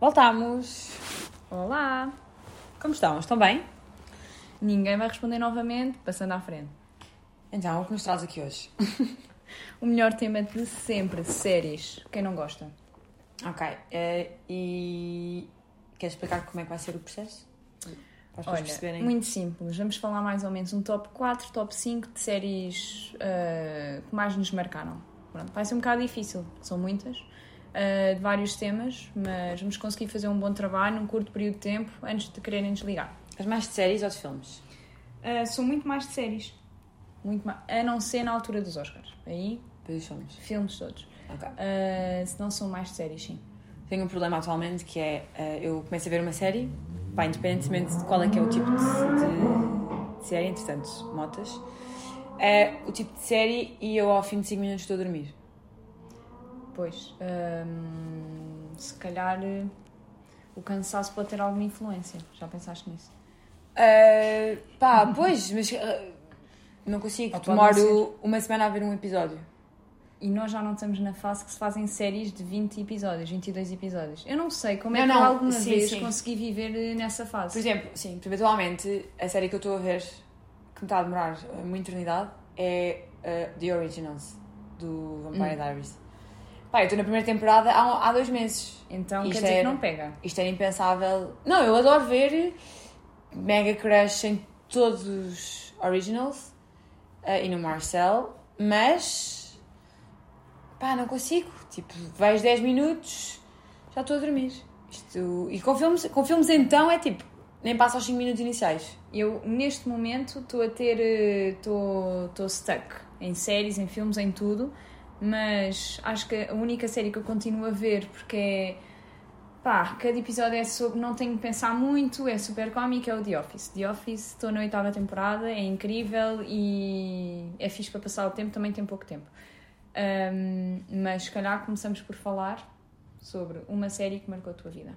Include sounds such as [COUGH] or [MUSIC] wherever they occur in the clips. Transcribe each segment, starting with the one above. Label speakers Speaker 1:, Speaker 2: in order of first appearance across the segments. Speaker 1: Voltámos!
Speaker 2: Olá!
Speaker 1: Como estão? Estão bem?
Speaker 2: Ninguém vai responder novamente, passando à frente.
Speaker 1: Então, o que nos traz aqui hoje?
Speaker 2: O melhor tema de sempre, séries. Quem não gosta?
Speaker 1: [LAUGHS] Ok, eh, e queres explicar como é que vai ser o processo? Para as pessoas
Speaker 2: Olha,
Speaker 1: perceberem.
Speaker 2: muito simples. Vamos falar mais ou menos um top 4, top 5 de séries ah, que mais nos marcaram. Pronto, vai ser um bocado difícil, são muitas, ah, de vários temas, mas vamos conseguir fazer um bom trabalho num curto período de tempo antes de quererem desligar.
Speaker 1: Mas mais de séries ou de filmes?
Speaker 2: Ah, são muito mais de séries. Muito mais, a não ser na altura dos Oscars. Aí,
Speaker 1: Depois dos filmes.
Speaker 2: filmes todos.
Speaker 1: Ok.
Speaker 2: Ah, se não são mais de séries, sim.
Speaker 1: Tenho um problema atualmente que é eh, eu começo a ver uma série, pá, independentemente de qual é que é o tipo de, de- de série, entretanto, motas, eh, o tipo de série e eu ao fim de 5 minutos estou a dormir.
Speaker 2: Pois, hum, se calhar eh, o cansaço pode ter alguma influência. Já pensaste nisso?
Speaker 1: Eh, pá, pois, mas eh, não consigo.
Speaker 2: Ou pode não
Speaker 1: Demoro uma semana a ver um episódio.
Speaker 2: E nós já não estamos na fase que se fazem séries de 20 episódios, 22 episódios. Eu não sei como é
Speaker 1: Não,
Speaker 2: que
Speaker 1: não,
Speaker 2: eu alguma
Speaker 1: sim,
Speaker 2: vez
Speaker 1: sim.
Speaker 2: consegui viver eh, nessa
Speaker 1: Por
Speaker 2: fase.
Speaker 1: exemplo, sim, por exemplo, atualmente a série que eu estou a ver, que me está a demorar eh, uma eternidade, é eh, The Originals, do Vampire Diaries. Pá, eu estou na primeira temporada há, um- há dois meses.
Speaker 2: Então
Speaker 1: Isto
Speaker 2: quer dizer
Speaker 1: é-
Speaker 2: que não pega.
Speaker 1: Isto era impensável. Não, eu adoro ver Mega Crush em todos os Originals eh, e no Marcel, mas pá, não consigo. Tipo, vais 10 minutos, já estou a dormir. Isto, e com filmes, com filmes então é tipo, nem passa aos 5 minutos iniciais.
Speaker 2: Eu, neste momento, estou a ter. eh, estou estou stuck em séries, em filmes, em tudo, mas acho que a única série que eu continuo a ver, porque é. pá, cada episódio é sobre. não tenho que pensar muito, é super cómico, é o The Office. The Office, estou na oitava temporada, é incrível e é fixe para passar o tempo, também tem pouco tempo. Ahm, mas se calhar começamos por falar sobre uma série que marcou a tua vida.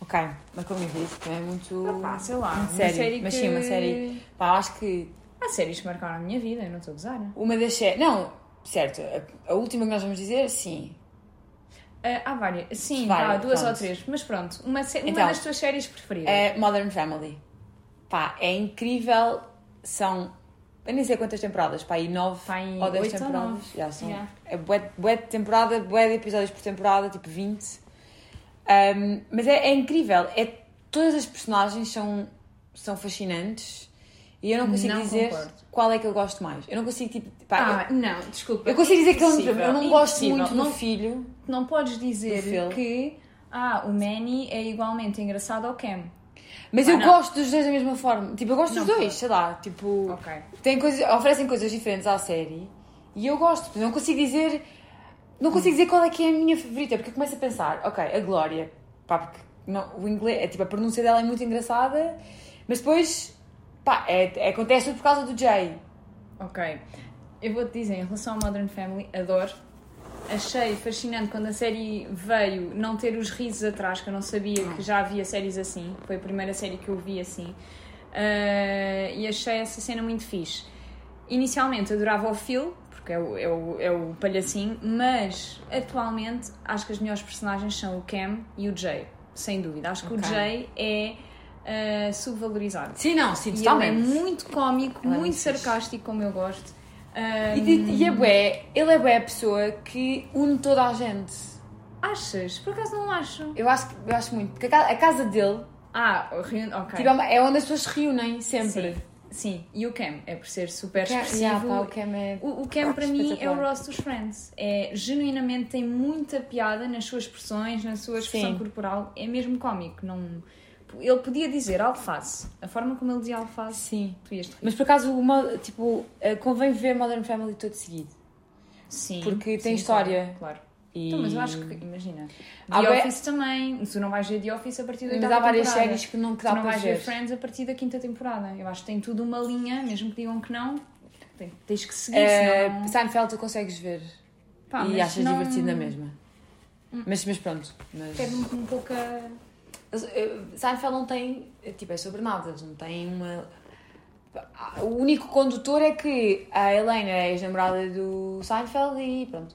Speaker 1: Ok, mas como eu disse, também é muito.
Speaker 2: Ah, Pá, sei lá, uma
Speaker 1: série,
Speaker 2: série,
Speaker 1: mas sim, uma
Speaker 2: que-
Speaker 1: série. Pá, acho que
Speaker 2: Há séries que marcaram a minha vida, eu não estou a gozar. né?
Speaker 1: uma das séries. Não, certo, a, a última que nós vamos dizer, sim.
Speaker 2: Ah, há várias. Sim,
Speaker 1: Várias,
Speaker 2: há duas
Speaker 1: pronto.
Speaker 2: ou três. Mas pronto, uma, sé- uma
Speaker 1: Então,
Speaker 2: das tuas séries preferidas.
Speaker 1: É Modern Family. Pá, é incrível. São. Eu nem sei quantas temporadas, pá, e nove
Speaker 2: Pá, aí
Speaker 1: ou dez
Speaker 2: oito ou
Speaker 1: temporadas.
Speaker 2: nove.
Speaker 1: Já são.
Speaker 2: Yeah.
Speaker 1: É bué, bué de temporada, bué de episódios por temporada, tipo 20. Um, mas é, é incrível. É, todas as personagens são, são fascinantes e eu não consigo
Speaker 2: Não
Speaker 1: dizer
Speaker 2: concordo.
Speaker 1: qual é que eu gosto mais. Eu não consigo, tipo. Pá,
Speaker 2: Ah, não, desculpa.
Speaker 1: eu, eu consigo dizer que eu,
Speaker 2: Impossível,
Speaker 1: eu não gosto
Speaker 2: impossível.
Speaker 1: muito do
Speaker 2: Não,
Speaker 1: filho.
Speaker 2: não podes dizer
Speaker 1: do filme.
Speaker 2: que ah, o Manny é igualmente engraçado ao Cam.
Speaker 1: Mas
Speaker 2: Ah,
Speaker 1: eu
Speaker 2: não.
Speaker 1: gosto dos dois da mesma forma. Tipo, eu gosto
Speaker 2: Não
Speaker 1: dos dois,
Speaker 2: pode.
Speaker 1: sei lá. Tipo.
Speaker 2: Ok.
Speaker 1: Tem coisas, oferecem coisas diferentes à série e eu gosto, mas não consigo dizer não consigo dizer qual é que é a minha favorita, porque eu começo a pensar, ok, a Glória, pá, porque não, o inglês, é, tipo, a pronúncia dela é muito engraçada, mas depois, pá, é, é- acontece tudo por causa do Jay.
Speaker 2: Ok. Eu vou-te dizer, em relação ao Modern Family, adoro. Achei fascinante quando a série veio não ter os risos atrás, que eu não sabia que já havia séries assim. Foi a primeira série que eu vi assim. Ah, e achei essa cena muito fixe. Inicialmente adorava o Phil, porque é o, é, o, é o palhacinho, mas atualmente acho que as melhores personagens são o Cam e o Jay, sem dúvida. Acho que
Speaker 1: Ok.
Speaker 2: o Jay é ah, subvalorizado.
Speaker 1: Sim, não, sim,
Speaker 2: E ele é
Speaker 1: totalmente.
Speaker 2: muito cómico,
Speaker 1: Ela é muito
Speaker 2: muito
Speaker 1: fixe.
Speaker 2: sarcástico, como eu gosto. Ah,
Speaker 1: E, e, e é bué, ele é bué a pessoa que une toda a gente.
Speaker 2: Achas? Por acaso não acho.
Speaker 1: Eu acho, que- eu acho muito, porque a ca- a casa dele
Speaker 2: Ah, o Rion- ok.
Speaker 1: tipo, é uma- é onde as pessoas se reúnem sempre.
Speaker 2: Sim. Sim, e o Cam é por ser super
Speaker 1: Cam-
Speaker 2: expressivo.
Speaker 1: yeah, pá, o Cam é-
Speaker 2: O, o Cam para mim é o
Speaker 1: Espetacular.
Speaker 2: Ross dos Friends. É, genuinamente tem muita piada nas suas expressões, na sua expressão
Speaker 1: Sim.
Speaker 2: corporal. É mesmo cómico. Não... Ele podia dizer alface. A forma como ele dizia alface,
Speaker 1: Sim.
Speaker 2: tu ias te rir.
Speaker 1: Mas por acaso, o mo- tipo, eh, convém ver Modern Family todo seguido.
Speaker 2: Sim.
Speaker 1: porque tem
Speaker 2: sim,
Speaker 1: história.
Speaker 2: Claro. claro.
Speaker 1: E...
Speaker 2: Então, mas eu acho que, imagina, The
Speaker 1: Há bué-
Speaker 2: Office também. Tu não vais ver The Office a partir da
Speaker 1: Mas
Speaker 2: oitava
Speaker 1: há várias
Speaker 2: temporada.
Speaker 1: séries que não que
Speaker 2: né? tu
Speaker 1: dá
Speaker 2: não
Speaker 1: para
Speaker 2: vais
Speaker 1: ver.
Speaker 2: ver Friends a partir da quinta temporada. Eu acho que tem tudo uma linha, mesmo que digam que não, tem- tens que seguir,
Speaker 1: Eh,
Speaker 2: senão...
Speaker 1: Seinfeld tu consegues ver
Speaker 2: Pá,
Speaker 1: e
Speaker 2: mas
Speaker 1: achas
Speaker 2: não- Hum.
Speaker 1: divertido na mesma. Mas, mas pronto. Mas...
Speaker 2: Perde um, um pouco a...
Speaker 1: Mas, eh, Seinfeld não tem. eh, Tipo, é sobre nada. Não tem uma. Ah, O único condutor é que a Helena é ex-namorada do Seinfeld e pronto.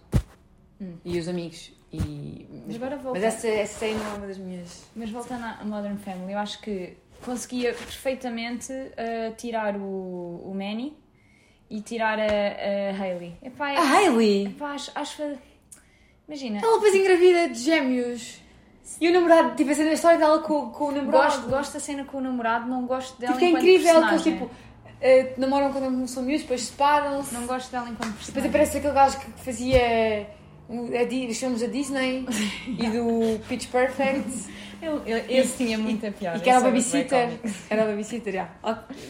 Speaker 1: E os amigos. E... Mas
Speaker 2: Hum. Mas agora volta.
Speaker 1: Mas essa, essa série não é uma das minhas.
Speaker 2: Mas voltando à Modern Family, eu acho que conseguia perfeitamente eh, tirar o, o Manny e tirar a, a Hayley. Epá, é-
Speaker 1: A Hailey!
Speaker 2: epá, acho, acho que- Imagina,
Speaker 1: Ela depois engravida de gêmeos. E o namorado, tipo, a cena da história dela com, com o um namorado.
Speaker 2: gosto, gosto da cena com o namorado, não gosto dela
Speaker 1: Tipo, que é
Speaker 2: enquanto
Speaker 1: incrível que eles,
Speaker 2: personagem.
Speaker 1: tipo, eh, namoram quando são miúdos, depois separam-se.
Speaker 2: Não gosto dela enquanto
Speaker 1: Depois
Speaker 2: personagem.
Speaker 1: aparece aquele gajo que fazia um- a Di- os filmes da
Speaker 2: [LAUGHS]
Speaker 1: Disney e do Pitch Perfect.
Speaker 2: Eu, eu, esse tinha muita piada.
Speaker 1: e tá? que era o
Speaker 2: esse
Speaker 1: babysitter.
Speaker 2: bué é cómico.
Speaker 1: Era o babysitter, já.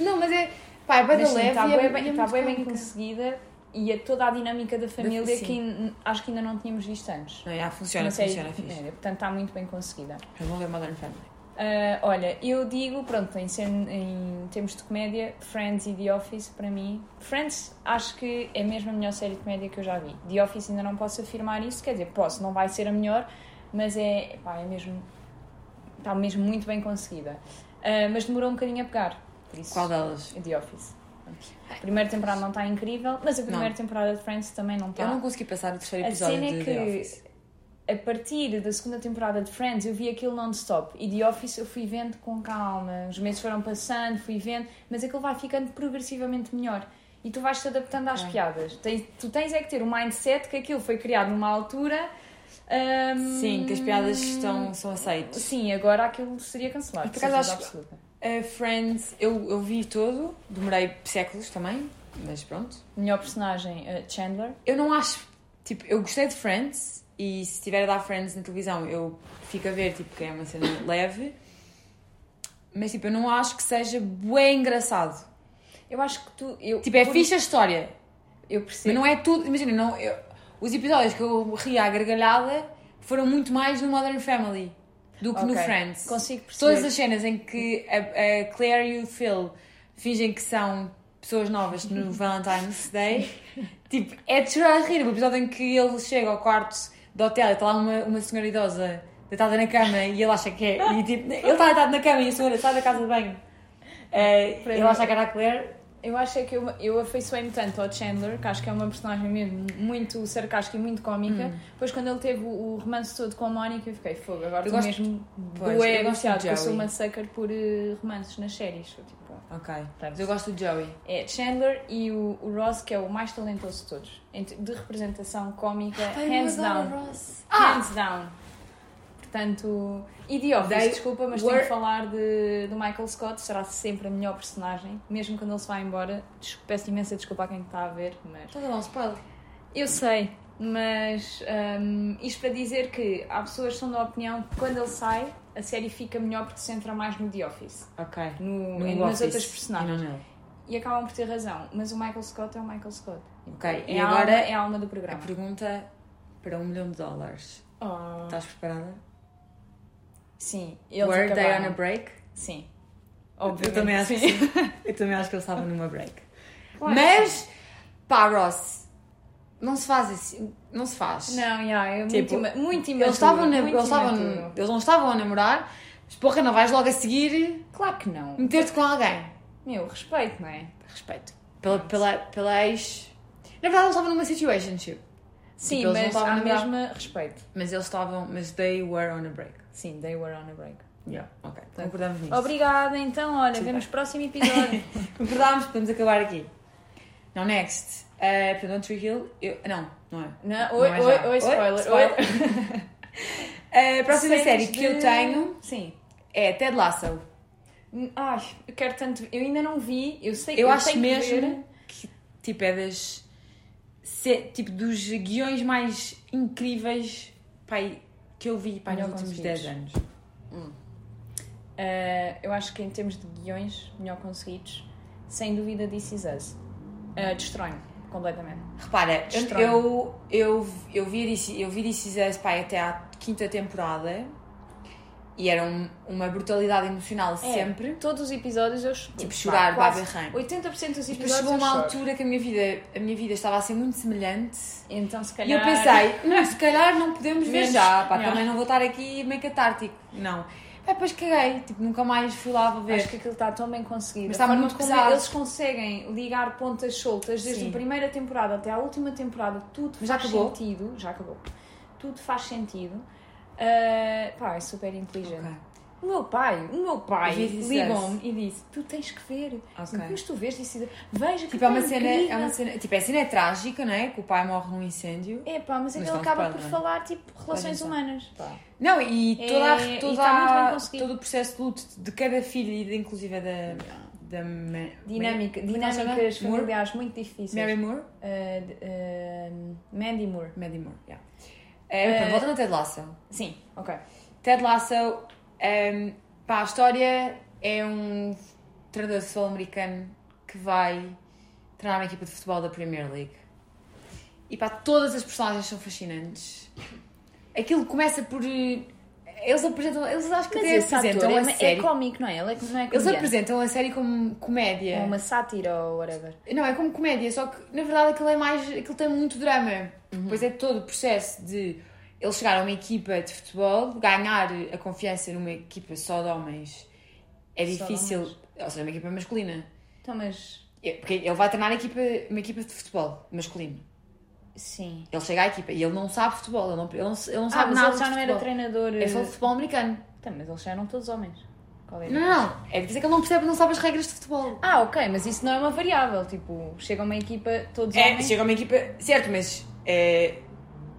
Speaker 1: Não, mas é. Pá, é bem
Speaker 2: Mas
Speaker 1: da
Speaker 2: sim,
Speaker 1: leve.
Speaker 2: Está
Speaker 1: e é-
Speaker 2: bué
Speaker 1: e é
Speaker 2: bem, tá
Speaker 1: muito
Speaker 2: bué bem
Speaker 1: cómica.
Speaker 2: conseguida e é toda a dinâmica da família
Speaker 1: sim.
Speaker 2: que in- acho que ainda não tínhamos visto antes.
Speaker 1: Não, já, funciona,
Speaker 2: Uma série
Speaker 1: funciona, é
Speaker 2: de
Speaker 1: fixe.
Speaker 2: comédia, portanto está muito bem conseguida.
Speaker 1: Eu vou ver Modern Family.
Speaker 2: Ah, olha, eu digo, pronto, em, ser- em termos de comédia, Friends e The Office, para mim, Friends acho que é mesmo a melhor série de comédia que eu já vi. The Office ainda não posso afirmar isso, quer dizer, posso, não vai ser a melhor, mas é, pá, é mesmo, está mesmo muito bem conseguida. Ah, mas demorou um bocadinho a pegar, por isso,
Speaker 1: Qual delas?
Speaker 2: The Office. A primeira temporada não está incrível, mas a primeira
Speaker 1: Não.
Speaker 2: temporada de Friends também não está.
Speaker 1: Eu não consegui passar o terceiro
Speaker 2: Tá. A
Speaker 1: episódio
Speaker 2: cena é
Speaker 1: de
Speaker 2: que-
Speaker 1: The Office.
Speaker 2: a partir da segunda temporada de Friends eu vi aquilo non-stop e The Office eu fui vendo com calma. Os meses foram passando, fui vendo, mas aquilo vai ficando progressivamente melhor. E tu vais te adaptando às
Speaker 1: É.
Speaker 2: piadas. Tens- tu tens é que ter o mindset que aquilo foi criado numa altura. hum,
Speaker 1: Sim, que as piadas estão, são aceitas.
Speaker 2: Sim, agora aquilo seria cancelado.
Speaker 1: Por
Speaker 2: Por
Speaker 1: acaso
Speaker 2: acaso
Speaker 1: acho- A Friends, eu, eu vi todo, demorei séculos também, mas pronto.
Speaker 2: Melhor personagem, eh, Chandler.
Speaker 1: Eu não acho. Tipo, eu gostei de Friends e se tiver a dar Friends na televisão eu fico a ver, tipo, que é uma cena [COUGHS] leve. Mas, tipo, eu não acho que seja bem engraçado.
Speaker 2: Eu acho que tu. Eu,
Speaker 1: Tipo, é
Speaker 2: por-
Speaker 1: fixe a história,
Speaker 2: Eu percebo.
Speaker 1: mas não é tudo. Imagina, não, eu- os episódios que eu ri à gargalhada foram muito mais no Modern Family do que no
Speaker 2: Ok,
Speaker 1: Friends.
Speaker 2: Consigo perceber.
Speaker 1: Todas as cenas em que a, a Claire e o Phil fingem que são pessoas novas [LAUGHS] no Valentine's Day, tipo, é de chorar a rir. O episódio em que ele chega ao quarto do hotel e está lá uma, uma senhora idosa deitada na cama e ele acha que é. E tipo, ele está deitado na cama e a senhora sai da casa de banho. Eh,
Speaker 2: Para
Speaker 1: ele
Speaker 2: mim-
Speaker 1: acha que era a Claire.
Speaker 2: Eu acho é que eu, eu afeiçoei-me tanto ao Chandler, que acho que é uma personagem mesmo muito sarcástica e muito cómica.
Speaker 1: Hum.
Speaker 2: Depois, quando ele teve o, o romance todo com a Mónica, eu fiquei fogo. Agora
Speaker 1: Eu
Speaker 2: estou
Speaker 1: gosto-
Speaker 2: mesmo
Speaker 1: Pois,
Speaker 2: bué
Speaker 1: eu gosto do
Speaker 2: viciado, porque eu sou
Speaker 1: Joey.
Speaker 2: uma sucker por eh, romances nas séries. Eu, tipo,
Speaker 1: Ok,
Speaker 2: Portanto-
Speaker 1: mas eu gosto do Joey.
Speaker 2: é Chandler e o, o Ross, que é o mais talentoso de todos, Em te- de representação cómica, hands down.
Speaker 1: Ah!
Speaker 2: Hands down. Portanto, e The Office,
Speaker 1: They
Speaker 2: desculpa, mas
Speaker 1: were-
Speaker 2: tenho que falar de, do Michael Scott, será sempre a melhor personagem, mesmo quando ele se vai embora. Des- Peço imensa desculpa a quem está a ver, mas.
Speaker 1: Estás a dar um spoiler.
Speaker 2: Eu sei, mas hum, isto para dizer que há pessoas que são da opinião que quando ele sai, a série fica melhor porque se centra mais no The Office,
Speaker 1: Ok.
Speaker 2: no,
Speaker 1: No
Speaker 2: em- nas
Speaker 1: Office,
Speaker 2: outras
Speaker 1: e
Speaker 2: personagens.
Speaker 1: não nele.
Speaker 2: E acabam por ter razão, mas o Michael Scott é o Michael Scott.
Speaker 1: Ok,
Speaker 2: É
Speaker 1: e
Speaker 2: a
Speaker 1: agora
Speaker 2: alma, é a alma do
Speaker 1: a
Speaker 2: programa.
Speaker 1: pergunta para um milhão de dólares.
Speaker 2: Oh.
Speaker 1: Estás preparada?
Speaker 2: Sim, eles
Speaker 1: Were they on a
Speaker 2: acabaram.
Speaker 1: break?
Speaker 2: Sim.
Speaker 1: Eu também acho
Speaker 2: Obviamente,
Speaker 1: que
Speaker 2: sim. [LAUGHS]
Speaker 1: sim. Eu também acho que eles estavam numa break.
Speaker 2: Claro.
Speaker 1: Mas, pá, Ross, não se faz assim. Não se faz.
Speaker 2: Não, yeah, eu
Speaker 1: Tipo,
Speaker 2: muito, ima- muito imaturo.
Speaker 1: Eles, estavam na-
Speaker 2: muito
Speaker 1: eles, estavam,
Speaker 2: imaturo.
Speaker 1: eles não estavam a namorar, mas porra, não vais logo a seguir
Speaker 2: Claro que não.
Speaker 1: meter-te com alguém.
Speaker 2: Meu, respeito, não é?
Speaker 1: Hum. Respeito. Tipo, Pela, pela, pela ex. Na verdade, eles estavam numa situationship.
Speaker 2: Sim,
Speaker 1: eles não
Speaker 2: mas
Speaker 1: estavam
Speaker 2: há
Speaker 1: a namorar.
Speaker 2: mesmo respeito.
Speaker 1: Mas eles estavam. Mas they were on a break.
Speaker 2: Sim, they were on a break.
Speaker 1: Yeah. Ok. Concordamos nisso.
Speaker 2: Obrigada, então, olha,
Speaker 1: Super.
Speaker 2: vemos próximo episódio.
Speaker 1: [LAUGHS] Concordámos, podemos acabar aqui. Não, next. Eh, Portanto, Tree Hill. Eu, não, não é.
Speaker 2: não,
Speaker 1: Não
Speaker 2: oi,
Speaker 1: é já.
Speaker 2: oi, oi, spoiler. Oi.
Speaker 1: A [LAUGHS] é. Uh, próxima série
Speaker 2: Séries
Speaker 1: que
Speaker 2: de-
Speaker 1: eu tenho
Speaker 2: Sim.
Speaker 1: é Ted Lasso.
Speaker 2: Ai, eu quero tanto. Eu ainda não vi, eu sei que
Speaker 1: Eu acho
Speaker 2: tenho que ver.
Speaker 1: mesmo que tipo, é das. se- tipo, dos guiões mais incríveis pai, que eu vi pai, nos
Speaker 2: Melhor
Speaker 1: últimos
Speaker 2: conseguidos.
Speaker 1: 10 anos. Eh,
Speaker 2: Uh, eu acho que em termos de guiões melhor conseguidos, sem dúvida, This Is Us.
Speaker 1: Eh,
Speaker 2: Uh, Destrói-me completamente.
Speaker 1: Repara, eu,
Speaker 2: Estranho.
Speaker 1: eu, eu, eu vi This- eu vi This Is Us, pai, até à quinta temporada e era um- uma brutalidade emocional
Speaker 2: É,
Speaker 1: sempre.
Speaker 2: Todos os episódios eu ch-
Speaker 1: Tipo,
Speaker 2: pá,
Speaker 1: chorar,
Speaker 2: quase
Speaker 1: babarrã.
Speaker 2: 80% dos
Speaker 1: Depois
Speaker 2: episódios
Speaker 1: Tipo, chegou
Speaker 2: eu
Speaker 1: uma
Speaker 2: choro.
Speaker 1: altura que a minha vida, a minha vida estava a ser muito semelhante.
Speaker 2: Então, se
Speaker 1: E
Speaker 2: calhar.
Speaker 1: eu pensei,
Speaker 2: [LAUGHS]
Speaker 1: não, se calhar não podemos ver
Speaker 2: Menos-
Speaker 1: já, pá,
Speaker 2: Yeah.
Speaker 1: também não vou estar aqui meio catártico. Não. Pá, depois caguei, tipo, nunca mais fui lá para ver.
Speaker 2: Acho que aquilo está tão bem conseguido.
Speaker 1: Mas
Speaker 2: A
Speaker 1: está
Speaker 2: forma
Speaker 1: muito
Speaker 2: como
Speaker 1: pesado.
Speaker 2: Eles conseguem ligar pontas soltas desde
Speaker 1: Sim.
Speaker 2: a primeira temporada até à última temporada. Tudo
Speaker 1: Mas já
Speaker 2: faz
Speaker 1: acabou?
Speaker 2: sentido. Já acabou. Tudo faz sentido. Ah, pá, é super inteligente.
Speaker 1: Ok.
Speaker 2: O meu pai, o meu pai
Speaker 1: Vi isso
Speaker 2: ligou-me e disse: Tu tens que ver. Tipo,
Speaker 1: Ok.
Speaker 2: Mas tu vês, disse, veja que
Speaker 1: Tipo, é uma,
Speaker 2: coisa
Speaker 1: cena, é
Speaker 2: incrível."
Speaker 1: uma cena. Tipo, a cena é trágica, não é? Que o pai morre num incêndio.
Speaker 2: É pá,
Speaker 1: Mas
Speaker 2: mas, ele
Speaker 1: não se
Speaker 2: acaba
Speaker 1: pode,
Speaker 2: por
Speaker 1: não é?
Speaker 2: falar tipo relações
Speaker 1: Olha só.
Speaker 2: humanas.
Speaker 1: Não, e
Speaker 2: É,
Speaker 1: toda, a-
Speaker 2: e
Speaker 1: toda
Speaker 2: está muito bem
Speaker 1: a-
Speaker 2: conseguido.
Speaker 1: todo o processo de luto de cada filho e de- inclusive é da. da Ma-
Speaker 2: Dinâmica,
Speaker 1: como é que ela se chama?
Speaker 2: dinâmicas
Speaker 1: Moore?
Speaker 2: familiares muito difíceis.
Speaker 1: Mary Moore?
Speaker 2: Ah, de- ah, Mandy Moore.
Speaker 1: Mandy Moore, yeah. É,
Speaker 2: Eh,
Speaker 1: pá, voltando a Ted Lasso.
Speaker 2: Sim, ok.
Speaker 1: Ted Lasso, ehm, pá, a história é um treinador de futebol americano que vai treinar uma equipa de futebol da Premier League. E pá, todas as personagens são fascinantes. Aquilo começa por. eh, Eles apresentam. Eles acho que
Speaker 2: Mas
Speaker 1: até
Speaker 2: esse ator
Speaker 1: apresentam a
Speaker 2: é, é
Speaker 1: série.
Speaker 2: cómico, não é? Ele é, não é
Speaker 1: Eles
Speaker 2: comediante.
Speaker 1: apresentam a série como comédia.
Speaker 2: É uma sátira ou whatever.
Speaker 1: Não, é como comédia, só que na verdade aquilo é mais. aquilo tem muito drama.
Speaker 2: Uhum.
Speaker 1: Depois é todo o processo de eles chegar a uma equipa de futebol, ganhar a confiança numa equipa só de homens é
Speaker 2: Só de
Speaker 1: difícil. Ou seja, uma equipa masculina.
Speaker 2: Então, mas.
Speaker 1: É, Porque ele vai treinar a equipa, uma equipa de futebol masculino.
Speaker 2: Sim.
Speaker 1: Ele chega à equipa e ele não sabe futebol, ele não, ele não, ele não
Speaker 2: Ah,
Speaker 1: sabe
Speaker 2: mas
Speaker 1: nada.
Speaker 2: ele já
Speaker 1: de
Speaker 2: não era
Speaker 1: futebol.
Speaker 2: treinador.
Speaker 1: É só de futebol americano.
Speaker 2: Tá, mas eles já eram todos homens. Qual era?
Speaker 1: Não, não, não. É de dizer que ele não percebe, não sabe as regras de futebol.
Speaker 2: Ah, ok, mas isso não é uma variável. Tipo, chega uma equipa, todos
Speaker 1: É,
Speaker 2: homens.
Speaker 1: chega a uma equipa. Certo, mas. é,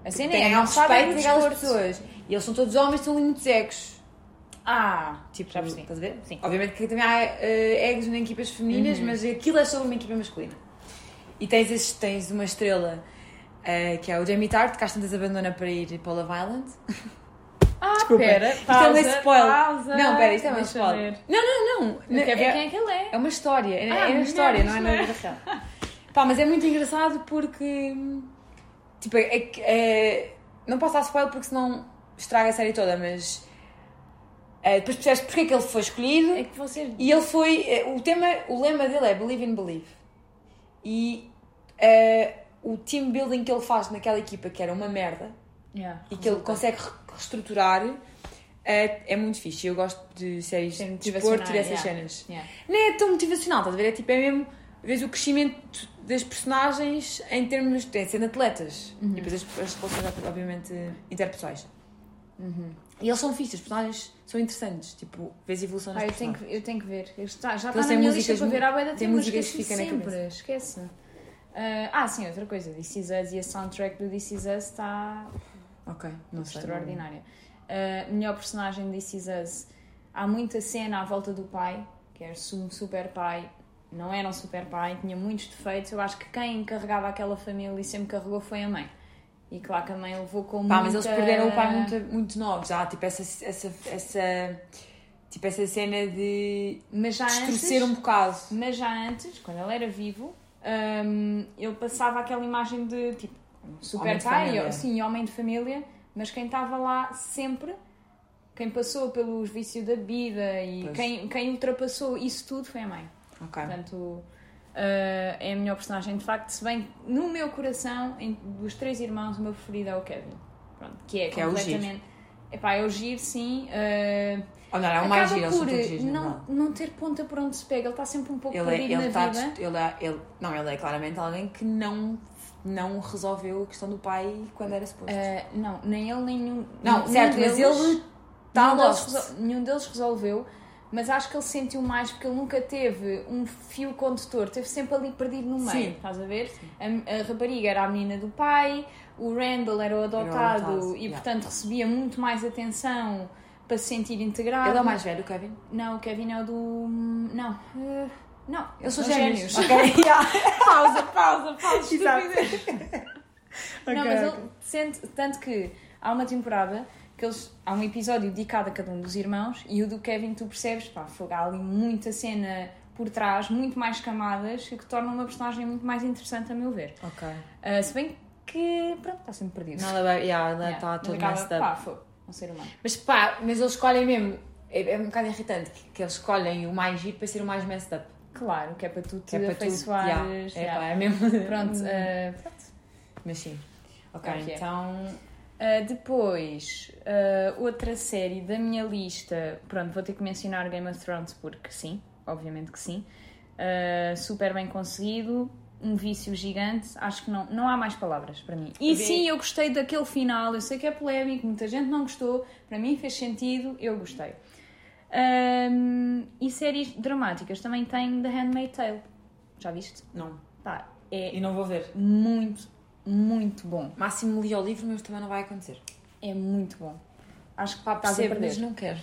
Speaker 2: A
Speaker 1: Tem
Speaker 2: cena
Speaker 1: que
Speaker 2: é,
Speaker 1: ganhar um
Speaker 2: não sabem
Speaker 1: respeito
Speaker 2: o
Speaker 1: daquelas
Speaker 2: desporto.
Speaker 1: pessoas. E eles são todos homens, são ali muitos egos.
Speaker 2: Ah,
Speaker 1: Tipo,
Speaker 2: já percebi.
Speaker 1: Estás a ver?
Speaker 2: Sim.
Speaker 1: Obviamente que também há eh, egos em equipas femininas,
Speaker 2: Uhum.
Speaker 1: mas aquilo é sobre uma equipa masculina. E tens, esses- tens uma estrela eh, que é o Jamie Tart, que às tantas abandona para ir para o Love Island.
Speaker 2: Ah,
Speaker 1: Desculpa.
Speaker 2: pera,
Speaker 1: Isto é um
Speaker 2: pausa,
Speaker 1: spoiler.
Speaker 2: pausa.
Speaker 1: Não, pera, isto é um
Speaker 2: Deixa
Speaker 1: spoiler.
Speaker 2: ver.
Speaker 1: Não, não, não.
Speaker 2: Eu quero ver
Speaker 1: É-
Speaker 2: quem é que ele é.
Speaker 1: é uma história, é,
Speaker 2: Ah,
Speaker 1: é uma
Speaker 2: mulheres,
Speaker 1: história, não é uma
Speaker 2: não é?
Speaker 1: vida real. [LAUGHS] Pá, mas é muito engraçado porque. Tipo, é, que- é- não posso dar spoiler porque senão estraga a série toda, mas. é, depois percebes porque é que ele foi escolhido
Speaker 2: É que vocês.
Speaker 1: e ele foi. é, o, tema, o lema dele é Believe in Believe. E é, o team building que ele faz naquela equipa, que era uma merda,
Speaker 2: Yeah,
Speaker 1: e que ele consegue re- reestruturar, é, é muito fixe. Eu gosto de séries
Speaker 2: Sim,
Speaker 1: de desporto e
Speaker 2: motivacionais,
Speaker 1: dessas
Speaker 2: yeah.
Speaker 1: cenas
Speaker 2: Yeah.
Speaker 1: nem é tão motivacional, estás a ver? É tipo, é mesmo, vês o crescimento das personagens em termos de sendo atletas
Speaker 2: Uhum.
Speaker 1: e depois as, as relações, obviamente, interpessoais.
Speaker 2: Uhum.
Speaker 1: E eles são fixos, os personagens são interessantes, tipo, vês a evolução das
Speaker 2: Ah, eu tenho,
Speaker 1: personagens.
Speaker 2: que, eu tenho que ver. Eu está,
Speaker 1: Então,
Speaker 2: já está na
Speaker 1: tem
Speaker 2: minha
Speaker 1: músicas
Speaker 2: lista para
Speaker 1: mu-
Speaker 2: ver há bué da
Speaker 1: tem
Speaker 2: tempo, mas
Speaker 1: músicas que
Speaker 2: esquece
Speaker 1: fica na
Speaker 2: sempre,
Speaker 1: cabeça.
Speaker 2: esquece. Ah, ah, sim, outra coisa, This Is Us e a soundtrack do This Is Us está
Speaker 1: Ok, não sei.
Speaker 2: extraordinária. Ah, melhor personagem de This Is Us. Há muita cena à volta do pai, que era su- um super pai, não era um super pai, tinha muitos defeitos. Eu acho que quem carregava aquela família e sempre carregou foi a mãe. E claro que a mãe levou com
Speaker 1: Pá,
Speaker 2: muita...
Speaker 1: mas eles perderam o pai muito, muito novo, já, tipo, essa, essa, essa, tipo, essa cena de
Speaker 2: Mas já
Speaker 1: distorcer
Speaker 2: antes-
Speaker 1: um bocado.
Speaker 2: Mas já antes, quando ele era vivo, hum, ele passava aquela imagem de tipo um
Speaker 1: Homem
Speaker 2: super
Speaker 1: de
Speaker 2: pai,
Speaker 1: família.
Speaker 2: ou- sim, homem de família, mas quem estava lá sempre, quem passou pelos vícios da vida e
Speaker 1: Pois.
Speaker 2: quem, quem ultrapassou isso tudo foi a mãe.
Speaker 1: Ok.
Speaker 2: Portanto, uh, é a melhor personagem de facto, se bem que no meu coração, em- dos três irmãos, o meu preferido é o Kevin. Pronto, que é
Speaker 1: Que é o giro.
Speaker 2: completamente. Epá, é o giro, sim. uh,
Speaker 1: Ou não, é o mais
Speaker 2: Acaba
Speaker 1: giro, eles são
Speaker 2: por eh,
Speaker 1: todos giros, na
Speaker 2: não,
Speaker 1: verdade.
Speaker 2: não ter ponta por onde se pega, ele está sempre um pouco
Speaker 1: Ele, é,
Speaker 2: perdido
Speaker 1: ele,
Speaker 2: na
Speaker 1: tá,
Speaker 2: vida.
Speaker 1: dest- ele, é- ele, não, ele é claramente alguém que não, não resolveu a questão do pai quando era suposto.
Speaker 2: Ah, não, nem ele, nem nenhum.
Speaker 1: não,
Speaker 2: nenhum
Speaker 1: certo, mas
Speaker 2: deles-
Speaker 1: ele está
Speaker 2: nenhum deles,
Speaker 1: lost.
Speaker 2: resol- nenhum deles resolveu, mas acho que ele sentiu mais porque ele nunca teve um fio condutor, teve sempre ali perdido no meio,
Speaker 1: Sim.
Speaker 2: estás a ver? A, a rapariga era a menina do pai, o Randall era o adotado
Speaker 1: adotado,
Speaker 2: e,
Speaker 1: yeah.
Speaker 2: portanto, recebia muito mais atenção para se sentir integrado.
Speaker 1: Ele é o mais velho, o Kevin.
Speaker 2: Não, o Kevin é o do. Não. ah, não,
Speaker 1: Eles são
Speaker 2: são
Speaker 1: gêmeos. [LAUGHS] Ok, yeah.
Speaker 2: [LAUGHS] pausa, pausa, pausa,
Speaker 1: Exato.
Speaker 2: estúpida. [LAUGHS] Não,
Speaker 1: Ok,
Speaker 2: mas
Speaker 1: ok.
Speaker 2: ele sente tanto que há uma temporada que eles há um episódio dedicado a cada um dos irmãos e o do Kevin tu percebes, pá, fogo, há ali muita cena por trás, muito mais camadas, que torna uma personagem muito mais interessante a meu ver.
Speaker 1: Ok.
Speaker 2: Ah, se bem que, pronto, está sempre perdido.
Speaker 1: Não, ele está
Speaker 2: Yeah, mas
Speaker 1: todo
Speaker 2: acaba,
Speaker 1: messed up.
Speaker 2: Pá, fogo, um ser humano.
Speaker 1: Mas pá, mas eles escolhem mesmo. É, é um bocado irritante que, que eles escolhem o mais giro para ser o mais messed up.
Speaker 2: Claro, que é para tu te
Speaker 1: Que é para tu. yeah.
Speaker 2: afeiçoares.
Speaker 1: É,
Speaker 2: yeah.
Speaker 1: pá, é mesmo.
Speaker 2: [LAUGHS] Pronto, ah, pronto.
Speaker 1: Mas sim. Ok,
Speaker 2: Ok.
Speaker 1: então.
Speaker 2: Uh, depois, uh, outra série da minha lista. Pronto, vou ter que mencionar Game of Thrones porque sim, obviamente que sim. Uh, super bem Ah, conseguido. um vício gigante, acho que não, não há mais palavras para mim. E
Speaker 1: Vi-
Speaker 2: sim, eu gostei daquele final, eu sei que é polémico, muita gente não gostou, para mim fez sentido, eu gostei. Ahm, e séries dramáticas também tem The Handmaid's Tale. Já viste?
Speaker 1: Não.
Speaker 2: Pá, é
Speaker 1: E não vou ver.
Speaker 2: muito, muito bom.
Speaker 1: Máximo li ao livro, mas também não vai acontecer.
Speaker 2: É muito bom. Acho que pá, estás a
Speaker 1: Percebo, mas
Speaker 2: perder.
Speaker 1: não quero.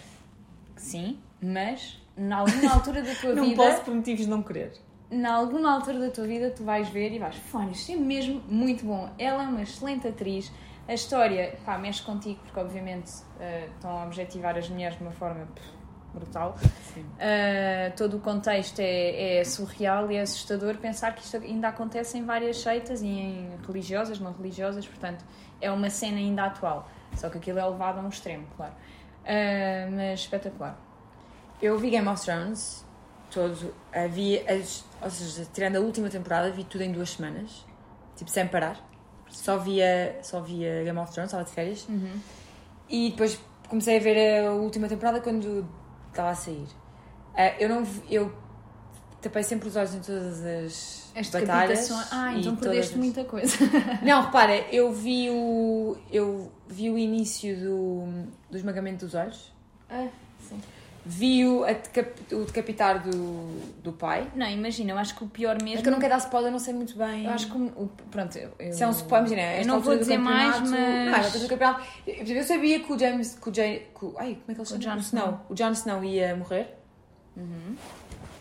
Speaker 2: Sim, mas em alguma altura da tua vida.
Speaker 1: por motivos de não querer.
Speaker 2: Em alguma altura da tua vida tu vais ver e vais, fone, isto é mesmo muito bom. Ela é uma excelente atriz. A história, pá, mexe contigo porque obviamente eh, estão a objetivar as mulheres de uma forma pff, brutal.
Speaker 1: Sim.
Speaker 2: Uh, todo o contexto é, é surreal e é assustador pensar que isto ainda acontece em várias seitas e em religiosas, não religiosas, portanto é uma cena ainda atual, só que aquilo é levado a um extremo, claro. Uh, mas espetacular.
Speaker 1: Eu vi Game of Thrones todo. eh, Vi as, ou seja, tirando a última temporada, vi tudo em duas semanas. Tipo, sem parar. Só via, só via Game of Thrones, estava de férias. E depois comecei a ver a última temporada quando estava a sair. Eh, eu não. vi- Eu tapei sempre os olhos em todas as
Speaker 2: As
Speaker 1: batalhas.
Speaker 2: decapitações. Ah,
Speaker 1: e
Speaker 2: então
Speaker 1: todas
Speaker 2: perdeste
Speaker 1: as-
Speaker 2: muita coisa. [LAUGHS]
Speaker 1: Não, repara, eu vi o. Eu vi o início do, do esmagamento dos olhos.
Speaker 2: Ah, sim.
Speaker 1: Vi o, a decap- o decapitar do, do pai.
Speaker 2: Não, imagina, eu acho que o pior
Speaker 1: É
Speaker 2: mesmo.
Speaker 1: que eu não quero dar spoiler, não sei muito bem.
Speaker 2: eu acho que o, o- pronto, eu, eu-
Speaker 1: Se é um spoiler, imagina.
Speaker 2: Eu
Speaker 1: esta
Speaker 2: não vou
Speaker 1: altura do
Speaker 2: dizer mais,
Speaker 1: campeonato-
Speaker 2: mas.
Speaker 1: Não, esta altura do campeonato. Eu- Eu sabia que o James. Que o Ja- que o- ai, como é que ele chama?
Speaker 2: Jon
Speaker 1: O Snow.
Speaker 2: Snow. Uhum.
Speaker 1: O Jon Snow ia morrer.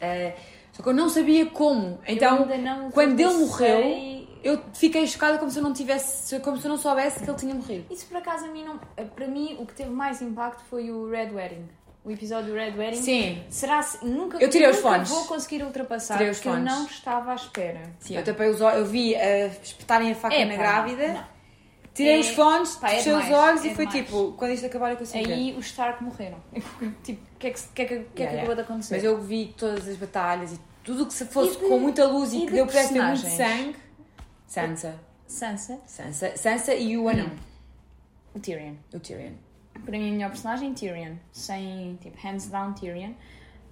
Speaker 1: Eh, só que eu não sabia como. Então,
Speaker 2: ainda não
Speaker 1: quando ele
Speaker 2: comecei-
Speaker 1: morreu, eu fiquei chocada como se eu não tivesse. Como se eu não soubesse que ele tinha morrido.
Speaker 2: Isso por acaso a mim não. Para mim o que teve mais impacto foi o Red Wedding. O episódio do Red Wedding.
Speaker 1: Sim.
Speaker 2: Será se nunca
Speaker 1: Eu tirei os
Speaker 2: nunca
Speaker 1: fones.
Speaker 2: vou conseguir ultrapassar
Speaker 1: Tirei os
Speaker 2: porque
Speaker 1: fones.
Speaker 2: eu não estava à espera.
Speaker 1: Sim, eu tapei os olhos, eu vi a espetarem a faca
Speaker 2: É,
Speaker 1: na
Speaker 2: pá,
Speaker 1: grávida,
Speaker 2: não.
Speaker 1: tirei
Speaker 2: É-
Speaker 1: os fones,
Speaker 2: pá, é
Speaker 1: fechei os
Speaker 2: demais,
Speaker 1: olhos
Speaker 2: é
Speaker 1: e foi
Speaker 2: demais. É
Speaker 1: tipo, quando isto acabar eu consigo ver.
Speaker 2: Aí os Stark morreram. [LAUGHS] tipo, o que é que, se- o que, é que, o que, é que
Speaker 1: Yeah,
Speaker 2: acabou
Speaker 1: yeah.
Speaker 2: de acontecer?
Speaker 1: Mas eu vi todas as batalhas e tudo o que se fosse
Speaker 2: E de-
Speaker 1: com muita luz
Speaker 2: e
Speaker 1: e que
Speaker 2: de
Speaker 1: deu para ter muito
Speaker 2: personagens?
Speaker 1: sangue. Sansa.
Speaker 2: Sansa,
Speaker 1: Sansa, Sansa e o anão,
Speaker 2: o Tyrion.
Speaker 1: o Tyrion.
Speaker 2: Para mim, a melhor personagem é Tyrion. Sem, tipo, hands down Tyrion.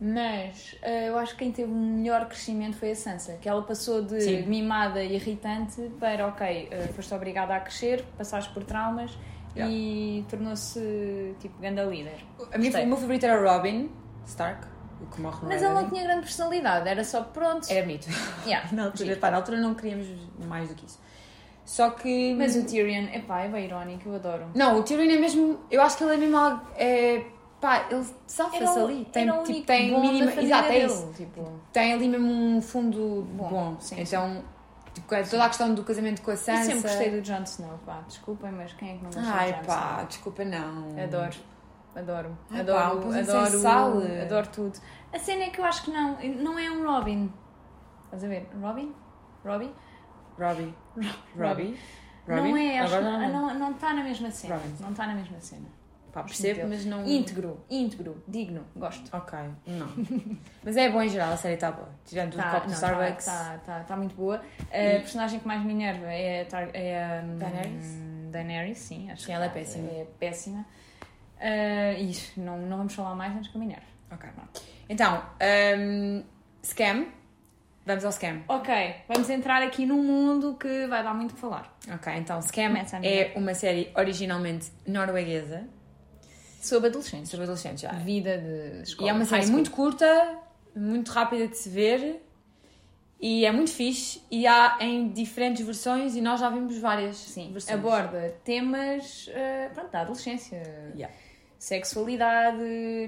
Speaker 2: Mas eh, eu acho que quem teve o melhor crescimento foi a Sansa. Que ela passou de
Speaker 1: Sim.
Speaker 2: mimada e irritante para, ok, eh, foste obrigada a crescer, passaste por traumas e tornou-se, tipo, ganda líder.
Speaker 1: A minha,
Speaker 2: Gostei.
Speaker 1: o meu favorito era Robin Stark, o que morre no
Speaker 2: Mas
Speaker 1: Red
Speaker 2: ele não
Speaker 1: Wedding.
Speaker 2: tinha grande personalidade, era só pronto.
Speaker 1: Era bonito. [LAUGHS]
Speaker 2: Yeah.
Speaker 1: na, altura, pá, na altura É. não queríamos mais do que isso. Só que.
Speaker 2: Mas o Tyrion, epá, é bem irónico, eu adoro.
Speaker 1: Não, o Tyrion é mesmo. Eu acho que ele é mesmo. algo- É, pá, ele
Speaker 2: Era
Speaker 1: safa-se
Speaker 2: o-
Speaker 1: ali. Tem,
Speaker 2: era o
Speaker 1: tipo,
Speaker 2: único
Speaker 1: tem
Speaker 2: bom da
Speaker 1: mínima.
Speaker 2: família
Speaker 1: Exato, é
Speaker 2: dele,
Speaker 1: isso.
Speaker 2: Tipo,
Speaker 1: Tem ali mesmo um fundo bom.
Speaker 2: sim,
Speaker 1: então, tipo, é toda a questão do casamento com a
Speaker 2: eu
Speaker 1: Sansa.
Speaker 2: sempre gostei do Jon Snow, pá. Desculpem, mas quem é que não gosta do
Speaker 1: Ai
Speaker 2: Jon Snow?
Speaker 1: pá, desculpa não.
Speaker 2: Adoro, adoro,
Speaker 1: Hum. Ai, pá, um
Speaker 2: adoro,
Speaker 1: cozinho sem
Speaker 2: adoro,
Speaker 1: sal. eh.
Speaker 2: adoro tudo. A cena é que eu acho que não, não é um Robin. Estás a ver? Robin? Robin?
Speaker 1: Robbie. Robbie.
Speaker 2: Não é, acho
Speaker 1: Agora
Speaker 2: que
Speaker 1: não.
Speaker 2: não, não está na mesma cena.
Speaker 1: Robin. Hum.
Speaker 2: Não está na mesma cena.
Speaker 1: Pá, percebo,
Speaker 2: Dele.
Speaker 1: mas não.
Speaker 2: Íntegro, íntegro, digno, gosto.
Speaker 1: Ok, não. [LAUGHS] mas é bom em geral, a série está boa. Tirando o copo do Starbucks.
Speaker 2: Está tá, tá muito boa. A personagem que mais me enerva é a, Tar- é a, hum,
Speaker 1: Daenerys?
Speaker 2: Daenerys, sim, acho
Speaker 1: Sim,
Speaker 2: que
Speaker 1: ela é
Speaker 2: tá-
Speaker 1: péssima.
Speaker 2: É péssima. Ah, e não, não vamos falar mais antes que eu me enerve.
Speaker 1: Ok. Então, hum, scam. Vamos ao scam.
Speaker 2: Ok, vamos entrar aqui num mundo que vai dar muito o que falar.
Speaker 1: Ok, então Scam
Speaker 2: Começa a minha.
Speaker 1: é uma série originalmente norueguesa
Speaker 2: Sobre adolescência.
Speaker 1: sobre adolescentes. Já.
Speaker 2: Vida de escola.
Speaker 1: E é uma
Speaker 2: Uhum. High
Speaker 1: série
Speaker 2: school.
Speaker 1: muito curta, muito rápida de se ver e é muito fixe. E há em diferentes versões e nós já vimos várias
Speaker 2: Sim,
Speaker 1: versões.
Speaker 2: aborda temas ah, pronto, da adolescência.
Speaker 1: Yeah.
Speaker 2: Sexualidade,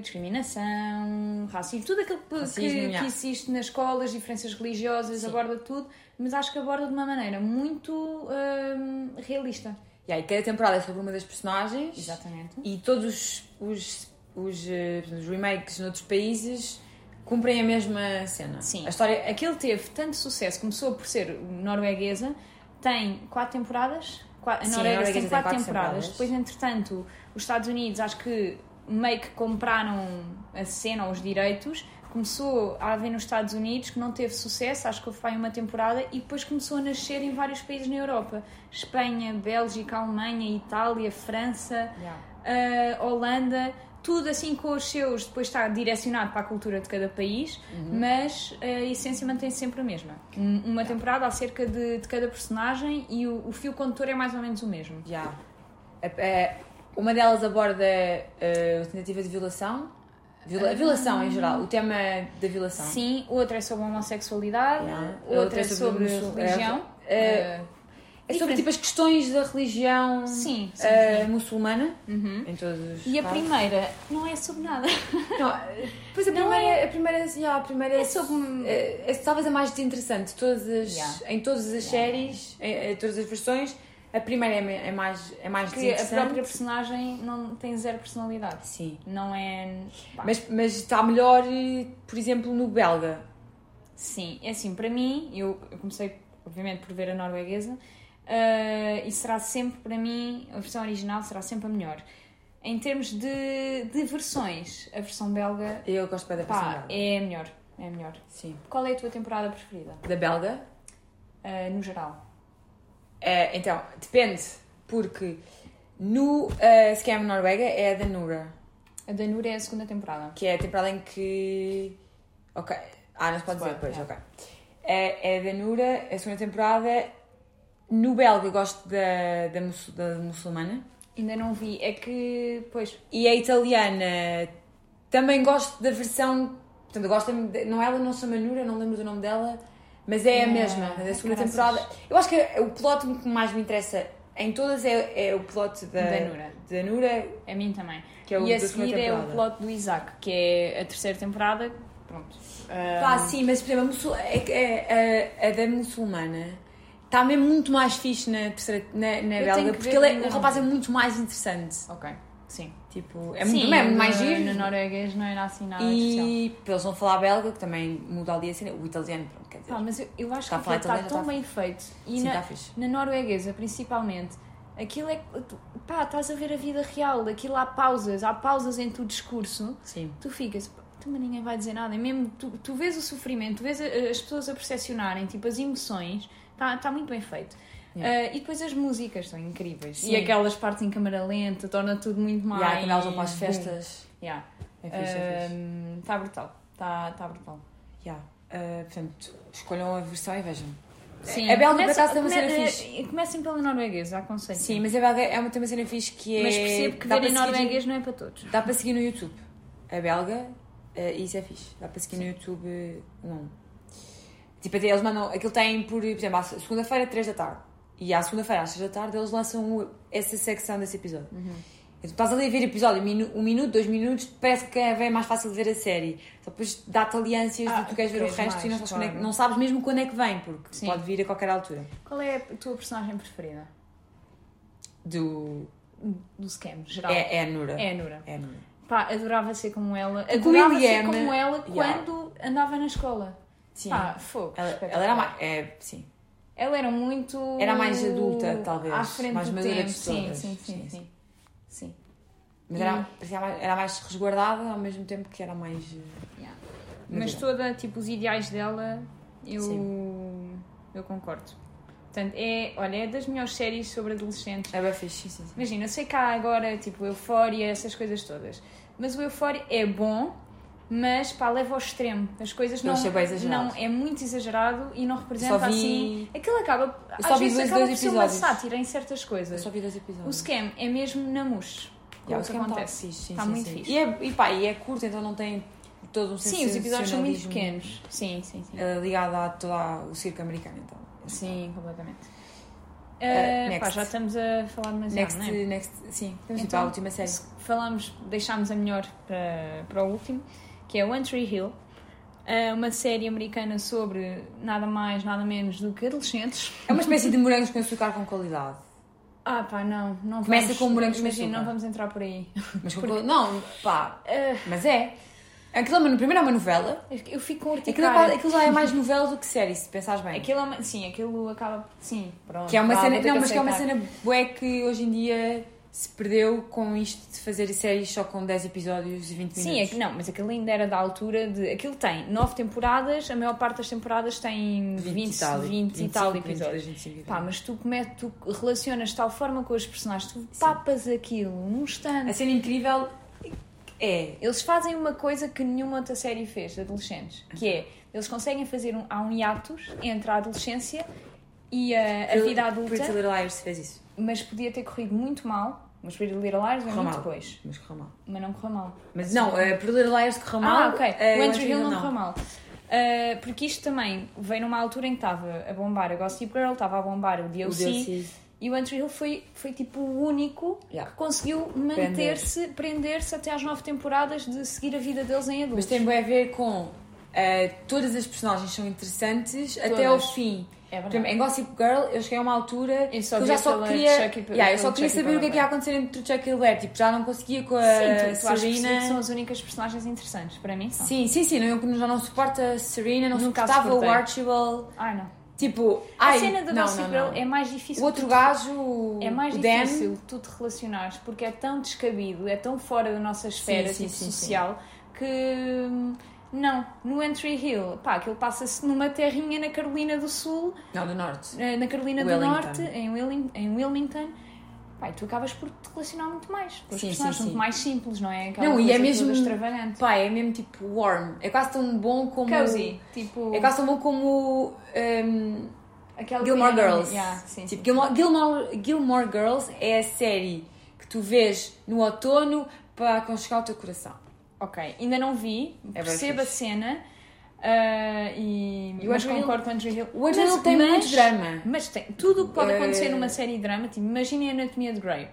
Speaker 2: discriminação, racismo, tudo aquilo que,
Speaker 1: Racismo,
Speaker 2: que-
Speaker 1: yeah.
Speaker 2: que existe nas escolas, diferenças religiosas,
Speaker 1: Sim.
Speaker 2: aborda tudo, mas acho que aborda de uma maneira muito ah, realista.
Speaker 1: E aí, cada temporada é sobre uma das personagens.
Speaker 2: Exatamente.
Speaker 1: E todos os, os, os, eh, os remakes noutros países cumprem a mesma cena.
Speaker 2: Sim.
Speaker 1: A história é
Speaker 2: Aquele teve tanto sucesso, começou por ser norueguesa, tem quatro temporadas. qua- A
Speaker 1: Sim, a
Speaker 2: Noruega
Speaker 1: norueguesa
Speaker 2: tem
Speaker 1: tem
Speaker 2: quatro
Speaker 1: quatro
Speaker 2: temporadas.
Speaker 1: temporadas.
Speaker 2: Depois, entretanto, os Estados Unidos acho que meio que compraram a cena ou os direitos. Começou a haver nos Estados Unidos, que não teve sucesso, acho que houve foi uma temporada, e depois começou a nascer em vários países na Europa: Espanha, Bélgica, Alemanha, Itália, França.
Speaker 1: Yeah.
Speaker 2: Uh, Holanda, tudo assim com os seus, depois está direcionado para a cultura de cada país, mas a essência mantém-se sempre a mesma. Um- Uma temporada acerca de, de cada personagem e o, o fio condutor é mais ou menos o mesmo.
Speaker 1: Já. É- é- uma delas aborda eh, a tentativa de violação. Viola- a violação em geral, o tema da violação.
Speaker 2: Ah. Sim, outra é sobre a homossexualidade,
Speaker 1: Yeah.
Speaker 2: outra, é sobre,
Speaker 1: muçul-
Speaker 2: religião.
Speaker 1: é- é-
Speaker 2: eh,
Speaker 1: É sobre
Speaker 2: Diferente.
Speaker 1: tipo, as questões da religião
Speaker 2: Sim, sim, Uhum.
Speaker 1: eh, muçulmana em todos os
Speaker 2: E a
Speaker 1: casos.
Speaker 2: primeira não é sobre nada.
Speaker 1: Não, eh, pois a primeira, a primeira, sim, ah, a primeira
Speaker 2: É sobre.
Speaker 1: é, é talvez a mais interessante de todas as-
Speaker 2: Yeah.
Speaker 1: em todas as séries, em, em todas as versões, a primeira é, me- é mais é mais
Speaker 2: que a
Speaker 1: desinteressante.
Speaker 2: própria personagem não tem zero personalidade.
Speaker 1: Sim.
Speaker 2: Não é. pá,
Speaker 1: Mas, mas está melhor, eh, por exemplo, no belga.
Speaker 2: Sim, é assim, para mim, eu eu comecei, obviamente, por ver a norueguesa, eh, e será sempre, para mim, a versão original será sempre a melhor. Em termos de, de versões, a versão belga,
Speaker 1: Eu gosto bem da versão
Speaker 2: pá,
Speaker 1: belga.
Speaker 2: é a melhor. É a melhor.
Speaker 1: Sim.
Speaker 2: Qual é a tua temporada preferida?
Speaker 1: Da belga?
Speaker 2: Eh, no geral.
Speaker 1: É, então, depende, porque no eh, Scam Noruega é a da Nura,
Speaker 2: A da Nura é a segunda temporada.
Speaker 1: que é a temporada em que. Ok. Ah, não se pode dizer,
Speaker 2: Spoiler,
Speaker 1: pois,
Speaker 2: é.
Speaker 1: ok. É, é a da Nura, a segunda temporada. No belga eu gosto da, da, muçul- da muçulmana.
Speaker 2: Ainda não vi. É que, pois,
Speaker 1: E a italiana também gosto da versão. Portanto, eu gosto da- não é ela não chama Nura, não lembro do nome dela, mas é a
Speaker 2: É,
Speaker 1: mesma, da segunda
Speaker 2: caraças.
Speaker 1: temporada. Eu acho que é o plot que mais me interessa em todas é, é o plot da,
Speaker 2: Da Nura.
Speaker 1: da Nura.
Speaker 2: A mim também.
Speaker 1: Que é o
Speaker 2: e a
Speaker 1: da segunda
Speaker 2: seguir é o
Speaker 1: temporada.
Speaker 2: plot do Isaac, que é a terceira temporada. Pronto. Um.
Speaker 1: Pá, sim, mas por exemplo, a, muçul- é que- é- a- a da muçulmana está mesmo muito mais fixe na, terceira- na, na
Speaker 2: Eu tenho
Speaker 1: belga,
Speaker 2: que
Speaker 1: porque
Speaker 2: ver
Speaker 1: ele é-
Speaker 2: ainda
Speaker 1: o
Speaker 2: não
Speaker 1: rapaz é
Speaker 2: vi.
Speaker 1: muito mais interessante.
Speaker 2: Ok. Sim.
Speaker 1: Tipo, é
Speaker 2: Sim,
Speaker 1: muito, é muito mais
Speaker 2: no-
Speaker 1: giro.
Speaker 2: No norueguês não era assim nada especial.
Speaker 1: E para eles não falar belga, que também muda ali a cena, o italiano, pronto, quer dizer.
Speaker 2: Pá, mas eu, eu acho
Speaker 1: Está a
Speaker 2: que
Speaker 1: falar
Speaker 2: aquilo está
Speaker 1: italiano,
Speaker 2: tão
Speaker 1: está a-
Speaker 2: bem feito. E
Speaker 1: Sim,
Speaker 2: na,
Speaker 1: está fixe.
Speaker 2: na norueguesa, principalmente, aquilo é. Pá, estás a ver a vida real, aquilo há pausas, há pausas em teu discurso.
Speaker 1: Sim.
Speaker 2: Tu ficas, "Pá, também ninguém vai dizer nada. É mesmo, tu, tu vês o sofrimento, tu vês a- as pessoas a percepcionarem, tipo, as emoções, está tá muito bem feito.
Speaker 1: Yeah.
Speaker 2: Ah, e depois as músicas são incríveis.
Speaker 1: Sim.
Speaker 2: E aquelas partes em câmara lenta, torna tudo muito mais.
Speaker 1: E há quando elas vão para as
Speaker 2: boom.
Speaker 1: festas.
Speaker 2: Yeah.
Speaker 1: É fixe, é fixe.
Speaker 2: Está brutal. Está tá brutal.
Speaker 1: Yeah. Ah, portanto, escolham a versão e vejam.
Speaker 2: Sim,
Speaker 1: a belga, por
Speaker 2: começa-
Speaker 1: acaso, tem uma cena
Speaker 2: come-
Speaker 1: fixe.
Speaker 2: eh, Comecem pela norueguesa, aconselho.
Speaker 1: Sim, mas a belga é uma, tem uma cena fixe que é.
Speaker 2: Mas percebo que
Speaker 1: dá
Speaker 2: ver em
Speaker 1: para seguir-
Speaker 2: norueguês não é para todos.
Speaker 1: Dá para seguir no YouTube. A belga, eh, isso é fixe. Dá para seguir no YouTube eh, um a um. Tipo, até eles mandam. Aquilo tem por, por exemplo, à segunda-feira, 3 da tarde. E à segunda-feira, às 6 da tarde, eles lançam o- essa secção desse episódio.
Speaker 2: Uhum.
Speaker 1: Então estás ali a ver episódio, minu- um minuto, dois minutos, parece que é mais fácil de ver a série. Só depois dá-te aliâncias
Speaker 2: Ah,
Speaker 1: de tu queres ver o
Speaker 2: queres
Speaker 1: resto e não sabes,
Speaker 2: mais, claro.
Speaker 1: quando é que- não sabes mesmo quando é que vem, porque
Speaker 2: Sim.
Speaker 1: pode vir a qualquer altura.
Speaker 2: Qual é a tua personagem preferida?
Speaker 1: Do.
Speaker 2: Do scam, geral.
Speaker 1: É, é a Nura.
Speaker 2: É a Nura.
Speaker 1: É a Nura.
Speaker 2: Pá, adorava ser como ela.
Speaker 1: E com
Speaker 2: Adorava ser
Speaker 1: Eliane,
Speaker 2: como ela
Speaker 1: yeah.
Speaker 2: quando andava na escola.
Speaker 1: Sim.
Speaker 2: Pá, fogo.
Speaker 1: ela,
Speaker 2: Ah,
Speaker 1: ela
Speaker 2: espetacular.
Speaker 1: era mais. É, sim.
Speaker 2: Ela era muito...
Speaker 1: Era mais adulta, talvez.
Speaker 2: À frente
Speaker 1: Mais
Speaker 2: do
Speaker 1: madura
Speaker 2: tempo.
Speaker 1: de
Speaker 2: Sim,
Speaker 1: todas.
Speaker 2: sim, sim.
Speaker 1: Sim,
Speaker 2: sim. Sim.
Speaker 1: Mas era,
Speaker 2: E-
Speaker 1: parecia mais, era mais resguardada ao mesmo tempo que era mais. eh,
Speaker 2: Yeah.
Speaker 1: Madura.
Speaker 2: Mas toda, tipo, os ideais dela, eu, eu concordo. Portanto, é, olha, é das melhores séries sobre adolescentes.
Speaker 1: É bem fixe, sim, sim.
Speaker 2: Imagina, eu sei que há agora, tipo, Eufória, essas coisas todas. Mas o Eufória é bom, mas, pá, leva ao extremo. As coisas
Speaker 1: Eu
Speaker 2: não...
Speaker 1: achei bem exagerado.
Speaker 2: não é muito exagerado e não representa
Speaker 1: vi-
Speaker 2: assim... Aquilo acaba...
Speaker 1: Eu só
Speaker 2: às
Speaker 1: vi
Speaker 2: vezes
Speaker 1: dois-
Speaker 2: acaba
Speaker 1: dois
Speaker 2: por ser uma
Speaker 1: episódios.
Speaker 2: sátira em certas
Speaker 1: Eu
Speaker 2: coisas.
Speaker 1: só vi dois
Speaker 2: O
Speaker 1: episódios.
Speaker 2: scam é mesmo na mousse.
Speaker 1: Yeah,
Speaker 2: o que
Speaker 1: Scam tá
Speaker 2: acontece.
Speaker 1: fixe, sim,
Speaker 2: Tá
Speaker 1: sim,
Speaker 2: muito
Speaker 1: sim.
Speaker 2: fixe.
Speaker 1: E é, e, pá, e é curto, então não tem todo um
Speaker 2: Sim, os episódios são muito
Speaker 1: sensacionalismo,
Speaker 2: pequenos. Sim, sim, sim.
Speaker 1: eh, ligado a todo o circo americano, então.
Speaker 2: Sim, completamente.
Speaker 1: Eh,
Speaker 2: Ah, pá,
Speaker 1: next.
Speaker 2: já estamos a falar demasiado,
Speaker 1: Next,
Speaker 2: não é?
Speaker 1: next, sim, temos
Speaker 2: Então,
Speaker 1: então, a última série.
Speaker 2: Falámos, deixámos a melhor para, para o último, que é One Tree Hill. Ah, uma série americana sobre nada mais, nada menos do que adolescentes.
Speaker 1: É uma espécie
Speaker 2: [LAUGHS]
Speaker 1: de morangos com açúcar com qualidade.
Speaker 2: Ah pá, não, não
Speaker 1: Começa
Speaker 2: vamos...
Speaker 1: com um morangos com
Speaker 2: Imagina,
Speaker 1: açúcar.
Speaker 2: não vamos entrar
Speaker 1: [LAUGHS]
Speaker 2: por aí.
Speaker 1: Mas com quali- Não, pá,
Speaker 2: Ah,
Speaker 1: mas é. Aquilo é uma, primeiro é uma novela.
Speaker 2: eu fico com
Speaker 1: Aquilo, é
Speaker 2: urticária.
Speaker 1: quase- aquilo já é mais novela do que série, se pensares bem.
Speaker 2: Aquilo é uma... Sim, aquilo acaba... Sim, pronto.
Speaker 1: Que é uma
Speaker 2: vá,
Speaker 1: cena,
Speaker 2: Ah, vou ter
Speaker 1: não, mas que é uma
Speaker 2: aceitar.
Speaker 1: cena bué que hoje em dia se perdeu com isto de fazer séries só com 10 episódios e 20 minutos.
Speaker 2: Sim, é que, não, mas aquilo ainda era da altura de. Aquilo tem nove temporadas, a maior parte das temporadas tem 20, 20 e tal,
Speaker 1: 25,
Speaker 2: episódios.
Speaker 1: 25 e tal.
Speaker 2: Pá, mas tu, come, tu relacionas de tal forma com os personagens, tu papas aquilo num
Speaker 1: A
Speaker 2: instante.
Speaker 1: cena incrível É.
Speaker 2: Eles fazem uma coisa que nenhuma outra série fez de adolescentes, que é eles conseguem fazer um, há um hiatus entre a adolescência e a, a vida
Speaker 1: Pretty
Speaker 2: adulta,
Speaker 1: Little Liars fez isso.
Speaker 2: mas podia ter corrido muito mal. Mas Pretty Little Liars vem
Speaker 1: Correu
Speaker 2: É muito
Speaker 1: mal.
Speaker 2: depois,
Speaker 1: Mas correu mal.
Speaker 2: mas não correu mal.
Speaker 1: Mas não, eh, Pretty Little Liars correu mal.
Speaker 2: Ah, ok.
Speaker 1: eh,
Speaker 2: o Andrew Hill não correu mal. Ah, porque isto também veio numa altura em que estava a bombar a Gossip Girl, estava a bombar o
Speaker 1: O
Speaker 2: DLC,
Speaker 1: DLC.
Speaker 2: e o Andrew Hill foi, foi tipo o único
Speaker 1: Yeah.
Speaker 2: que conseguiu manter-se, prender-se até às nove temporadas de seguir a vida deles em adultos.
Speaker 1: Mas tem bem a ver com eh, todas as personagens são interessantes até ao fim.
Speaker 2: É
Speaker 1: Por
Speaker 2: verdade.
Speaker 1: exemplo, em Gossip Girl eu cheguei a uma altura
Speaker 2: Eu só
Speaker 1: que eu
Speaker 2: via
Speaker 1: já só
Speaker 2: pela
Speaker 1: queria,
Speaker 2: Chuck
Speaker 1: Yeah,
Speaker 2: e-
Speaker 1: eu
Speaker 2: pelo
Speaker 1: só queria
Speaker 2: Chuck e
Speaker 1: saber o que é que ia
Speaker 2: Barbara.
Speaker 1: acontecer entre o Chuck e o Blair. Tipo, já não conseguia com a
Speaker 2: Sim, tu, tu achas
Speaker 1: Serena.
Speaker 2: que são as únicas personagens interessantes para mim? São.
Speaker 1: Sim, sim, sim, não, eu já não suporto a Serena, não
Speaker 2: Nunca
Speaker 1: suportava o
Speaker 2: suportei.
Speaker 1: Archibald.
Speaker 2: Ai, não.
Speaker 1: Tipo,
Speaker 2: A
Speaker 1: ai,
Speaker 2: cena da
Speaker 1: não,
Speaker 2: Gossip
Speaker 1: não,
Speaker 2: Girl
Speaker 1: não.
Speaker 2: é mais difícil.
Speaker 1: O outro
Speaker 2: tu-
Speaker 1: gajo, o-
Speaker 2: É mais
Speaker 1: tipo, o Dan,
Speaker 2: difícil tu te relacionares porque é tão descabido, é tão fora da nossa esfera
Speaker 1: sim,
Speaker 2: tipo,
Speaker 1: sim, sim.
Speaker 2: social que. hum, Não, no Entry Hill, pá, aquilo passa-se numa terrinha na Carolina do Sul,
Speaker 1: não, do Norte.
Speaker 2: eh, na Carolina do
Speaker 1: Wellington.
Speaker 2: Norte, em, Willing, em Wilmington. Pá, e tu acabas por te relacionar muito mais. com Os
Speaker 1: Sim,
Speaker 2: personagens
Speaker 1: sim,
Speaker 2: são
Speaker 1: sim.
Speaker 2: muito mais simples, não é? Aquela
Speaker 1: Não, e é
Speaker 2: coisa
Speaker 1: mesmo-
Speaker 2: toda extravagante.
Speaker 1: Pá, é mesmo tipo warm, é quase tão bom como.
Speaker 2: Cozy, tipo.
Speaker 1: É quase tão bom como. ehm,
Speaker 2: aquela
Speaker 1: Gilmore
Speaker 2: coisinha-
Speaker 1: Girls.
Speaker 2: Yeah, sim,
Speaker 1: tipo,
Speaker 2: sim.
Speaker 1: Gilmore, Gilmore, Gilmore Girls é a série que tu vês no outono para aconchegar o teu coração.
Speaker 2: Ok, ainda não vi,
Speaker 1: É bem
Speaker 2: percebo a
Speaker 1: fixe.
Speaker 2: cena ah, e,
Speaker 1: E o
Speaker 2: mas
Speaker 1: Andrew Hill-
Speaker 2: concordo com o Andrew Hill.
Speaker 1: O Andrew
Speaker 2: Mas-
Speaker 1: Hill tem
Speaker 2: mas-
Speaker 1: muito drama.
Speaker 2: Mas tem tudo o que pode
Speaker 1: Eh,
Speaker 2: acontecer numa série de drama, tipo, imaginem a Anatomia de Grey.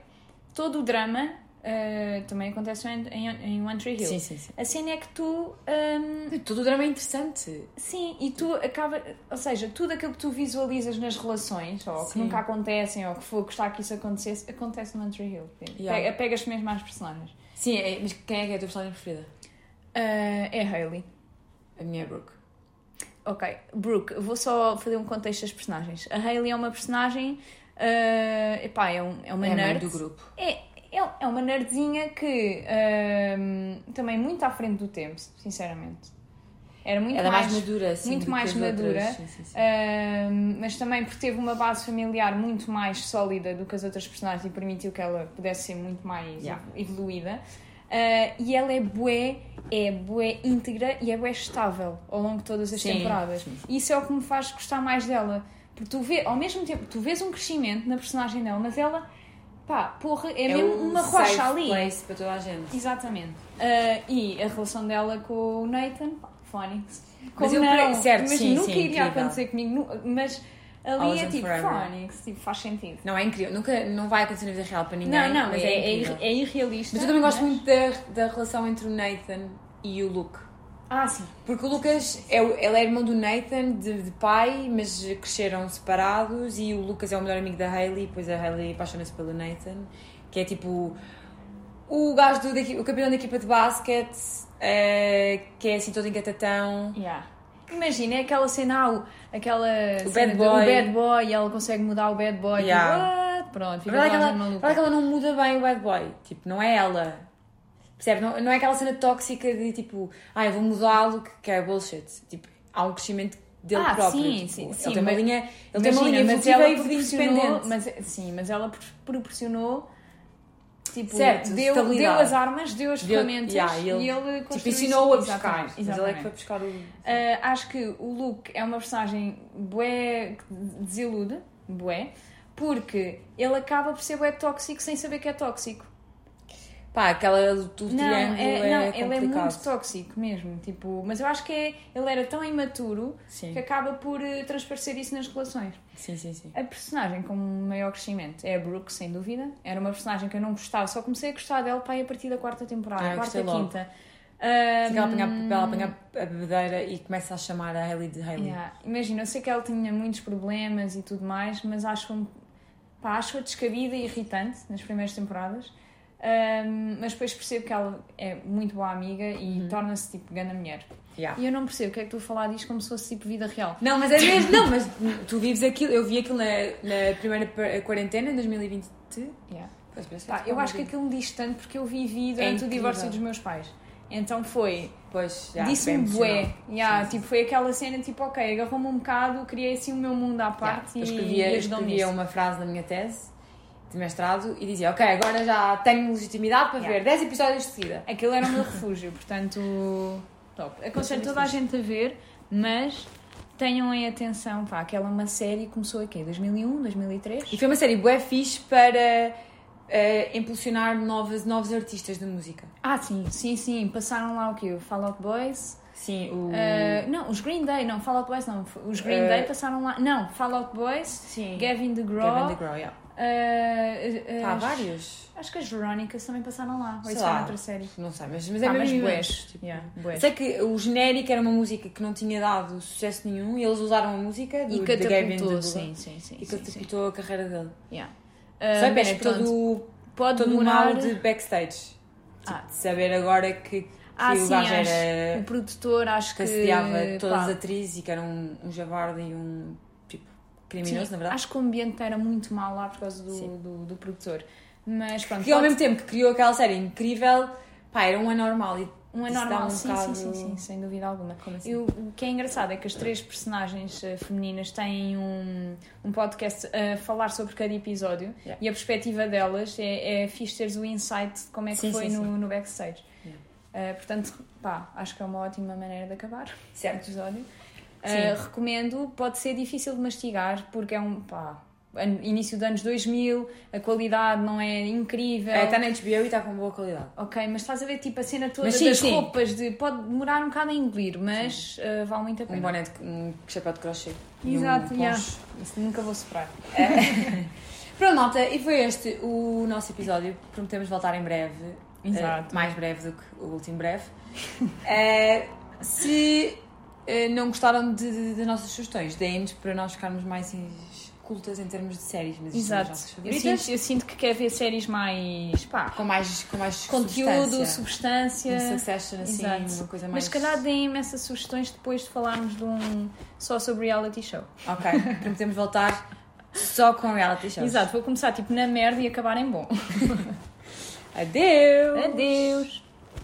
Speaker 2: Todo o drama ah, também acontece em, em, em One Tree Hill.
Speaker 1: Sim, sim, sim.
Speaker 2: A cena é que tu. ah,
Speaker 1: Todo o drama é interessante.
Speaker 2: sim, e tu acaba. Ou seja, tudo aquilo que tu visualizas nas relações, ou que
Speaker 1: Sim.
Speaker 2: nunca acontecem, ou que for gostar que isso acontecesse, acontece no One Tree Hill.
Speaker 1: Yeah.
Speaker 2: Pega- Pegas-te mesmo às personagens.
Speaker 1: Sim, é- mas quem é que é a tua personagem preferida?
Speaker 2: Ah, é Hayley.
Speaker 1: A minha é a Brooke.
Speaker 2: Ok, Brooke, vou só fazer um contexto das personagens. A Hayley é uma personagem. eh, epá, é, um- é uma
Speaker 1: é a mãe
Speaker 2: nerd.
Speaker 1: do grupo.
Speaker 2: É, é, é uma nerdzinha que. ehm, também muito à frente do tempo, sinceramente. Era muito
Speaker 1: Ela é
Speaker 2: mais.
Speaker 1: mais madura, assim,
Speaker 2: muito
Speaker 1: do que
Speaker 2: mais
Speaker 1: as outras.
Speaker 2: madura.
Speaker 1: Sim, sim, sim.
Speaker 2: ehm, mas também porque teve uma base familiar muito mais sólida do que as outras personagens e permitiu que ela pudesse ser muito mais
Speaker 1: Yeah.
Speaker 2: evoluída. Eh, e ela é bué, é bué íntegra e é bué estável ao longo de todas as
Speaker 1: Sim,
Speaker 2: temporadas.
Speaker 1: sim.
Speaker 2: Isso é o que me faz gostar mais dela. Porque tu vê, ao mesmo tempo, tu vês um crescimento na personagem dela, mas ela, pá, porra, é, mesmo
Speaker 1: um
Speaker 2: uma rocha
Speaker 1: safe
Speaker 2: ali.
Speaker 1: place para toda a gente.
Speaker 2: Exatamente. Ah, e a relação dela com o Nathan, pá, Phonics. Como
Speaker 1: Mas eu
Speaker 2: não,
Speaker 1: pre- certo,
Speaker 2: mas
Speaker 1: sim,
Speaker 2: nunca
Speaker 1: sim,
Speaker 2: iria
Speaker 1: incrível.
Speaker 2: acontecer comigo, nu- mas ali
Speaker 1: Always
Speaker 2: é
Speaker 1: and
Speaker 2: tipo
Speaker 1: forever.
Speaker 2: Phonics, tipo, faz sentido.
Speaker 1: Não, é incrível. Nunca, não vai acontecer na vida real para ninguém.
Speaker 2: não, não,
Speaker 1: mas
Speaker 2: é, é,
Speaker 1: incrível.
Speaker 2: irre- é irrealista.
Speaker 1: Mas eu também gosto
Speaker 2: mas-
Speaker 1: muito da, da relação entre o Nathan e o Luke.
Speaker 2: Ah, sim.
Speaker 1: Porque o Lucas é, o- ele é irmão do Nathan de, de pai, mas cresceram separados e o Lucas é o melhor amigo da Hailey, pois a Hailey apaixona-se pelo Nathan, que é tipo o gajo do da equi- o campeão da equipa de basquete, eh, que é assim todo engatatão.
Speaker 2: Yeah. Imagina, é aquela cena, ah, o- aquela
Speaker 1: O
Speaker 2: cena
Speaker 1: bad
Speaker 2: do
Speaker 1: boy.
Speaker 2: bad boy, e ela consegue mudar o bad boy.
Speaker 1: Yeah.
Speaker 2: tipo, what? Pronto,
Speaker 1: Na
Speaker 2: fica
Speaker 1: verdade, é que
Speaker 2: toda
Speaker 1: ela,
Speaker 2: a gente
Speaker 1: na
Speaker 2: maluca.
Speaker 1: verdade é que ela não muda bem o bad boy, tipo, não é ela. Percebe? Não, não é aquela cena tóxica de tipo, ah, eu vou mudá-lo, que- que é bullshit. Tipo, há um crescimento dele
Speaker 2: Ah,
Speaker 1: próprio.
Speaker 2: sim,
Speaker 1: tipo,
Speaker 2: sim,
Speaker 1: ele
Speaker 2: sim,
Speaker 1: tem uma
Speaker 2: mas-
Speaker 1: linha, ele tem uma linha
Speaker 2: mas
Speaker 1: evolutiva
Speaker 2: ela
Speaker 1: e independente.
Speaker 2: proporcionou, mas, sim, mas ela pro- proporcionou tipo,
Speaker 1: Certo,
Speaker 2: deu,
Speaker 1: estabilidade.
Speaker 2: deu as armas, deu as
Speaker 1: Deu-
Speaker 2: ferramentas
Speaker 1: yeah,
Speaker 2: e
Speaker 1: ele-
Speaker 2: ele,
Speaker 1: Tipo,
Speaker 2: construiu-
Speaker 1: ensinou-o a buscar.
Speaker 2: Exatamente,
Speaker 1: Mas ele é que
Speaker 2: exatamente.
Speaker 1: foi buscar o.
Speaker 2: Ah, acho que o Luke é uma personagem bué que desilude, bué, porque ele acaba por ser bué tóxico sem saber que é tóxico.
Speaker 1: Pá, aquela do do
Speaker 2: Não,
Speaker 1: triângulo
Speaker 2: é-
Speaker 1: é,
Speaker 2: não, ele é
Speaker 1: complicado.
Speaker 2: muito tóxico mesmo, tipo, mas eu acho que é, ele era tão imaturo
Speaker 1: Sim.
Speaker 2: que acaba por eh, transparecer isso nas relações.
Speaker 1: Sim, sim, sim.
Speaker 2: A personagem com maior crescimento é a Brooke, sem dúvida. Era uma personagem que eu não gostava, só comecei a gostar dela pai, a partir da quarta temporada,
Speaker 1: Ah, eu
Speaker 2: quarta,
Speaker 1: gostei logo.
Speaker 2: quinta.
Speaker 1: Assim que ela apanha, ela apanha a bebedeira e começa a chamar a Hailey de Hailey.
Speaker 2: Yeah. Imagina, eu sei que ela tinha muitos problemas e tudo mais, mas acho-a acho descabida e irritante nas primeiras temporadas. Ahm, mas depois percebo que ela é muito boa amiga e
Speaker 1: Uhum.
Speaker 2: torna-se tipo grande mulher.
Speaker 1: Yeah.
Speaker 2: E eu não percebo o que é que tu a falar disto como se fosse tipo vida real.
Speaker 1: Não, mas é mesmo, não, mas tu vives aquilo, eu vi aquilo na, na primeira par- quarentena, em 2020.
Speaker 2: Yeah.
Speaker 1: Pois, parece
Speaker 2: Pá,
Speaker 1: foi
Speaker 2: eu
Speaker 1: uma
Speaker 2: acho que
Speaker 1: vida.
Speaker 2: aquilo me diz tanto porque eu vivi durante o
Speaker 1: É incrível.
Speaker 2: divórcio dos meus pais. Então foi,
Speaker 1: Pois, já,
Speaker 2: disse-me
Speaker 1: bem
Speaker 2: bué.
Speaker 1: emocional.
Speaker 2: Yeah,
Speaker 1: Sim, sim.
Speaker 2: tipo, foi aquela cena tipo, ok, agarrou-me um bocado, criei assim o meu mundo à
Speaker 1: Yeah.
Speaker 2: parte
Speaker 1: Eu
Speaker 2: e,
Speaker 1: escrevia, eu
Speaker 2: e
Speaker 1: escrevia
Speaker 2: ajudou-me.
Speaker 1: uma frase na minha tese de mestrado e dizia, ok, agora já tenho legitimidade para
Speaker 2: Yeah.
Speaker 1: ver 10 episódios de seguida.
Speaker 2: Aquilo era o meu refúgio, portanto, top. Aconselho toda a gente a ver, mas tenham em atenção, pá, aquela é uma série que começou aqui em 2001, 2003.
Speaker 1: E foi uma série bué fixe para eh, impulsionar novas, novos artistas de música.
Speaker 2: Ah, sim, sim, sim, passaram lá o quê? O Fall Out Boys.
Speaker 1: Sim, o...
Speaker 2: Ah, não, os Green Day, não, Fall Out Boys não, os Green
Speaker 1: Ah.
Speaker 2: Day passaram lá, não, Fall Out Boys,
Speaker 1: sim. Gavin
Speaker 2: Gavin DeGraw,
Speaker 1: DeGraw, yeah.
Speaker 2: ah, ah,
Speaker 1: Há
Speaker 2: as-
Speaker 1: vários.
Speaker 2: Acho que as Veronicas também passaram lá, ou
Speaker 1: Sei
Speaker 2: isso foi
Speaker 1: lá.
Speaker 2: outra série.
Speaker 1: Não sei, mas, mas é
Speaker 2: Ah, mas
Speaker 1: mesmo
Speaker 2: bués,
Speaker 1: imenso, tipo,
Speaker 2: yeah,
Speaker 1: Pois.
Speaker 2: bués.
Speaker 1: Sei que o genérico era uma música que não tinha dado sucesso nenhum e eles usaram a música do,
Speaker 2: E
Speaker 1: de Gavin
Speaker 2: catapultou,
Speaker 1: DeGraw
Speaker 2: sim, sim, sim.
Speaker 1: e
Speaker 2: sim, sim.
Speaker 1: catapultou a carreira dele.
Speaker 2: Yeah. Ah,
Speaker 1: Só é pena, todo, o-
Speaker 2: pode
Speaker 1: todo o mal de backstage. Tipo,
Speaker 2: Ah.
Speaker 1: de saber agora que, que
Speaker 2: Ah,
Speaker 1: o
Speaker 2: sim,
Speaker 1: gajo
Speaker 2: acho-
Speaker 1: era
Speaker 2: O produtor acho que...
Speaker 1: castigava todas
Speaker 2: pá,
Speaker 1: as atrizes e que era um, um javarde e um tipo criminoso,
Speaker 2: sim,
Speaker 1: na verdade.
Speaker 2: Acho que o ambiente era muito mau lá por causa do,
Speaker 1: Sim.
Speaker 2: do, do produtor. Mas pronto,
Speaker 1: Que ao
Speaker 2: pode-
Speaker 1: mesmo tempo que criou aquela série incrível, pá, era um anormal. E
Speaker 2: um
Speaker 1: isso dá
Speaker 2: anormal,
Speaker 1: um
Speaker 2: sim,
Speaker 1: bocado-
Speaker 2: sim, sim, sim, sem dúvida alguma.
Speaker 1: Como assim?
Speaker 2: E o o que é engraçado é que as três personagens eh, femininas têm um, um podcast a falar sobre cada episódio
Speaker 1: Yeah.
Speaker 2: e a perspectiva delas é, é fixe teres o insight de como é que
Speaker 1: Sim,
Speaker 2: foi
Speaker 1: sim,
Speaker 2: no,
Speaker 1: sim.
Speaker 2: no backstage.
Speaker 1: Yeah.
Speaker 2: Eh, portanto, pá, acho que é uma ótima maneira de acabar.
Speaker 1: Certo.
Speaker 2: episódio. Uh, recomendo, pode ser difícil de mastigar porque é um pá, an- início dos anos 2000, a qualidade não é incrível.
Speaker 1: Está tá na HBO e está com boa qualidade.
Speaker 2: Ok, mas estás a ver tipo a cena toda
Speaker 1: Mas sim,
Speaker 2: das
Speaker 1: sim.
Speaker 2: roupas, de, pode demorar um bocado a engolir, mas uh, vale muito a
Speaker 1: Um
Speaker 2: pena.
Speaker 1: boné, de, um chapéu de crochê. e
Speaker 2: Exato,
Speaker 1: um
Speaker 2: yeah.
Speaker 1: poncho.
Speaker 2: Isso nunca vou superar.
Speaker 1: Pronto, malta, e foi este o nosso episódio. Prometemos voltar em breve.
Speaker 2: Exato.
Speaker 1: Eh, mais breve do que o último breve. [LAUGHS] Eh, se eh, não gostaram de, de- de nossas sugestões, deem-nos para nós ficarmos mais es- cultas em termos de séries, mas isto são as
Speaker 2: Exato. assim,
Speaker 1: nossas
Speaker 2: Eu
Speaker 1: favoritas.
Speaker 2: sinto, eu sinto que quer ver séries mais pá,
Speaker 1: Com mais, com mais
Speaker 2: [LAUGHS] conteúdo,
Speaker 1: substância.
Speaker 2: substância.
Speaker 1: Um
Speaker 2: é
Speaker 1: Succession, assim,
Speaker 2: Exato.
Speaker 1: uma coisa
Speaker 2: Mas
Speaker 1: mais.
Speaker 2: se calhar deem imensas sugestões depois de falarmos de um só sobre reality show.
Speaker 1: Ok, prometemos voltar só com reality shows.
Speaker 2: Exato, vou começar tipo na merda e acabar em bom.
Speaker 1: Adeus!
Speaker 2: Adeus!